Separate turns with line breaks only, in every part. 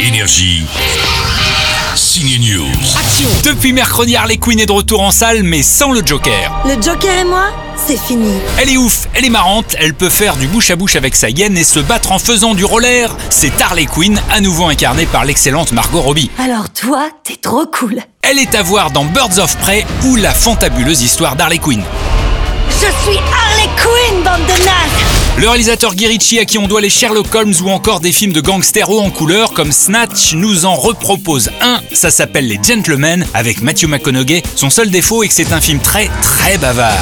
Énergie. Signe News.
Depuis mercredi, Harley Quinn est de retour en salle, mais sans le Joker.
Le Joker et moi, c'est fini.
Elle est ouf, elle est marrante, elle peut faire du bouche à bouche avec sa hyène et se battre en faisant du roller. C'est Harley Quinn, à nouveau incarnée par l'excellente Margot Robbie.
Alors toi, t'es trop cool.
Elle est à voir dans Birds of Prey ou la fantabuleuse histoire d'Harley Quinn.
Je suis Harley Quinn, bande de nazes
Le réalisateur Guy Ritchie, à qui on doit les Sherlock Holmes ou encore des films de gangsters haut en couleur comme Snatch, nous en repropose un. Ça s'appelle Les Gentlemen avec Matthew McConaughey. Son seul défaut est que c'est un film très très bavard.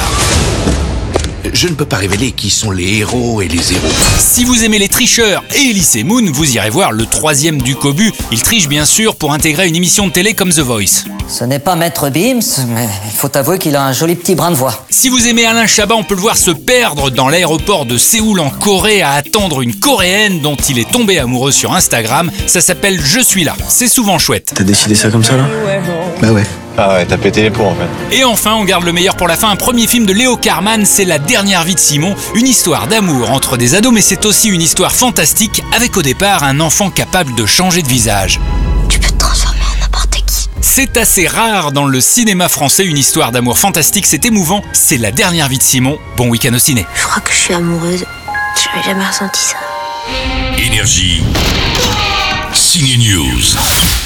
Je ne peux pas révéler qui sont les héros et les héros.
Si vous aimez les tricheurs et Elise et Moon, vous irez voir le troisième du Cobu. Il triche bien sûr pour intégrer une émission de télé comme The Voice.
Ce n'est pas Maître Bims, mais il faut avouer qu'il a un joli petit brin de voix.
Si vous aimez Alain Chabat, on peut le voir se perdre dans l'aéroport de Séoul en Corée à attendre une Coréenne dont il est tombé amoureux sur Instagram. Ça s'appelle Je suis là. C'est souvent chouette.
T'as décidé ça comme ça là Bah ouais.
Ah ouais, t'as pété les plombs en fait.
Et enfin, on garde le meilleur pour la fin. Un premier film de Léo Carman, c'est La dernière vie de Simon. Une histoire d'amour entre des ados, mais c'est aussi une histoire fantastique avec au départ un enfant capable de changer de visage.
Tu peux te transformer en n'importe qui.
C'est assez rare dans le cinéma français, une histoire d'amour fantastique, c'est émouvant. C'est La dernière vie de Simon. Bon week-end au ciné.
Je crois que je suis amoureuse. Je n'avais jamais ressenti ça.
Énergie. Signe News.